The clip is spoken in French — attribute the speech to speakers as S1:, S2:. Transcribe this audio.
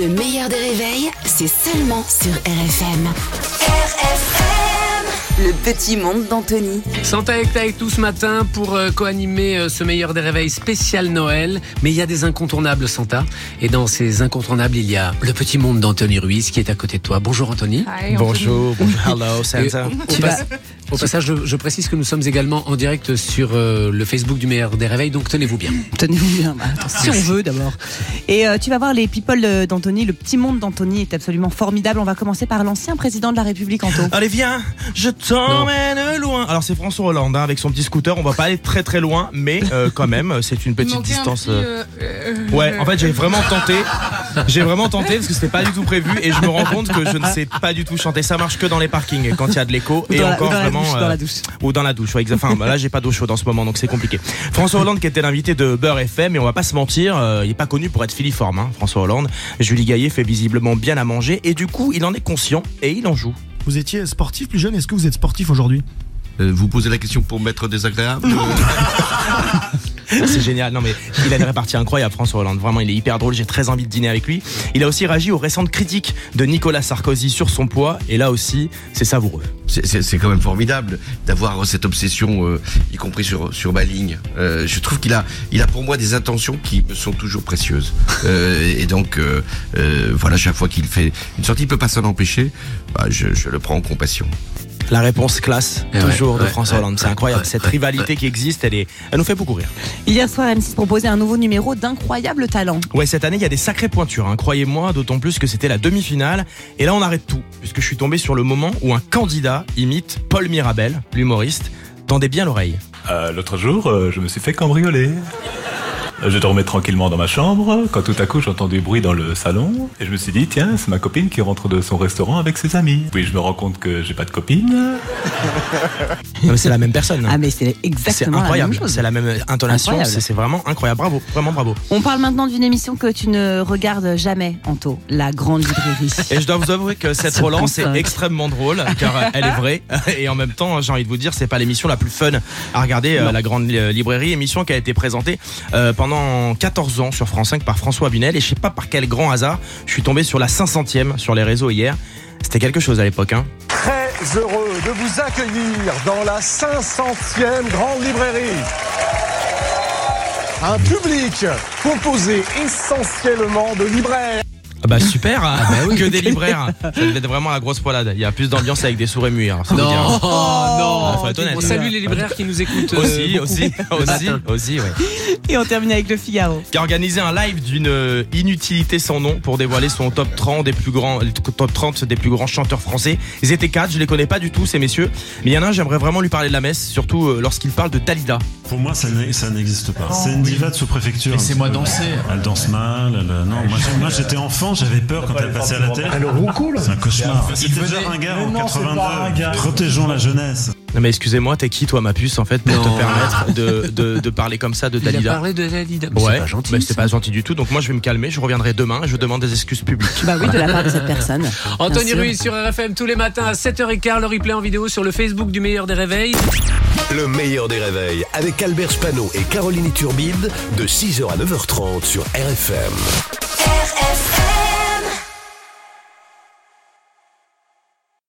S1: Le meilleur des réveils, c'est seulement sur RFM. RFM Le petit monde d'Anthony.
S2: Santa est avec nous ce matin pour euh, co-animer euh, ce meilleur des réveils spécial Noël. Mais il y a des incontournables, Santa. Et dans ces incontournables, il y a le petit monde d'Anthony Ruiz qui est à côté de toi. Bonjour, Anthony.
S3: Bonjour, bonjour, hello Santa.
S2: Et, au, pas- au passage, je, je précise que nous sommes également en direct sur euh, le Facebook du meilleur des réveils, donc tenez-vous bien.
S3: Oh,
S4: Tenez-vous bien. Bah, attends, si on veut d'abord. Et euh, tu vas voir les people euh, d'Anthony, le petit monde d'Anthony est absolument formidable. On va commencer par l'ancien président de la République Anto.
S3: Allez viens, je t'emmène loin. Alors c'est François Hollande hein, avec son petit scooter, on va pas aller très très loin, mais euh, quand même c'est une petite
S5: manquait un
S3: distance.
S5: petit,
S3: euh,
S5: euh, euh,
S3: Ouais, en fait j'ai vraiment tenté, j'ai vraiment tenté parce que c'était pas du tout prévu et je me rends compte que je ne sais pas du tout chanter. Ça marche que dans les parkings quand il y a de l'écho
S4: Ou
S3: et
S4: dans la-
S3: encore
S4: ou dans la
S3: vraiment
S4: douche,
S3: euh,
S4: dans la douche.
S3: ou dans la douche. ouais, exact. enfin bah là j'ai pas d'eau chaude en ce moment donc c'est compliqué. François Hollande qui était l'invité de Beurre FM et on va pas se mentir, euh, il est pas connu pour être filiforme. hein, François Hollande, Julie Gaillet fait visiblement bien à manger et du coup il en est conscient et il en joue.
S6: Vous étiez sportif plus jeune, est-ce que vous êtes sportif aujourd'hui
S7: Euh, Vous posez la question pour m'être désagréable
S3: Ah, C'est génial. Non, mais il a une répartie incroyable, François Hollande. Vraiment, il est hyper drôle. J'ai très envie de dîner avec lui. Il a aussi réagi aux récentes critiques de Nicolas Sarkozy sur son poids. Et là aussi, c'est savoureux.
S7: C'est- C'est c'est quand même formidable d'avoir cette obsession, euh, y compris sur, sur ma ligne. Euh, je trouve qu'il a, il a pour moi des intentions qui me sont toujours précieuses. Euh, et donc, euh, euh, voilà, chaque fois qu'il fait une sortie, il peut pas s'en empêcher. Bah, je, je le prends en compassion.
S3: La réponse classe,
S2: Et
S3: toujours
S2: ouais,
S3: de
S2: ouais,
S3: François
S2: ouais,
S3: Hollande. C'est
S2: ouais,
S3: incroyable.
S2: ouais,
S3: Cette
S2: ouais,
S3: rivalité qui existe, elle, est, elle nous fait beaucoup rire.
S4: Hier soir, M6 proposait un nouveau numéro d'incroyable talent.
S3: Ouais, cette année, il y a des sacrées pointures, hein, croyez-moi, d'autant plus que c'était la demi-finale. Et là, on arrête tout, puisque je suis tombé sur le moment où un candidat imite Paul Mirabel, l'humoriste. Tendez bien l'oreille.
S8: Euh, L'autre jour, euh, je me suis fait cambrioler. Euh, Je dormais tranquillement dans ma chambre quand tout à coup j'entends du bruit dans le salon et je me suis dit tiens c'est ma copine qui rentre de son restaurant avec ses amis. Puis je me rends compte que j'ai pas de copine.
S3: Non, mais C'est la même personne. hein.
S4: Ah mais c'est
S3: c'est
S4: exactement la même
S3: incroyable.
S4: chose.
S3: C'est la même intonation.
S4: Incroyable.
S3: C'est c'est vraiment incroyable. Bravo, vraiment bravo.
S4: On parle maintenant d'une émission que tu ne regardes jamais, Anto, La Grande Librairie.
S3: Et je dois vous avouer que cette relance
S4: comme
S3: est
S4: ça.
S3: extrêmement drôle, car euh, elle est vraie. Et en même temps, j'ai envie de vous dire, c'est pas l'émission la plus fun à regarder, euh, la grande li- librairie, émission qui a été présentée euh, pendant 14 ans sur France 5 par François Bunel. Et je sais pas par quel grand hasard, je suis tombé sur la 500e sur les réseaux hier. C'était quelque chose à l'époque, hein.
S9: très heureux de vous accueillir dans la 500e grande librairie. Un public composé essentiellement de libraires.
S3: Ah bah super, que des libraires. Ça devait être vraiment la grosse poilade. Il y a plus d'ambiance avec des sourds et muets. alors, ça vous
S2: Non,
S3: dit, hein.
S2: non.
S3: faut être honnête.
S2: On salue les libraires qui nous écoutent. euh,
S3: Aussi,
S2: beaucoup.
S3: aussi, aussi, aussi, ouais.
S4: Et on termine avec le Figaro.
S3: qui a organisé un live d'une euh, inutilité sans nom pour dévoiler son top 30 des plus grands le top 30 des plus grands chanteurs français. Ils étaient quatre, je les connais pas du tout ces messieurs, mais il y en a un j'aimerais vraiment lui parler de la messe, surtout euh, lorsqu'il parle de Dalida.
S10: Pour moi, ça n'est- ça n'existe pas. c'est une diva de sous-préfecture. Laissez-moi danser. Elle danse mal. elle- euh, Non, moi, j'ai- moi, j'étais enfant, j'avais peur quand elle passait à la télé. C'est un cauchemar. C'était déjà un gars en 82. Protégeons la jeunesse.
S3: Non mais excusez-moi, t'es qui toi ma puce en fait pour
S2: Non.
S3: te permettre de, de, de parler comme ça de
S2: Il a
S3: Dalida
S2: parlé de Dalida. Mais
S3: Ouais,
S2: c'est pas gentil.
S3: mais c'est
S2: ça.
S3: pas gentil du tout. Donc moi je vais me calmer, je reviendrai demain, et je demande des excuses publiques.
S4: Bah oui, de la part de cette personne.
S2: Anthony
S4: Bien sûr.
S2: Ruiz sur RFM tous les matins à 7h15, le replay en vidéo sur le Facebook du meilleur des réveils.
S11: Le meilleur des réveils avec Albert Spano et Caroline Turbide de 6h à 9h30 sur RFM.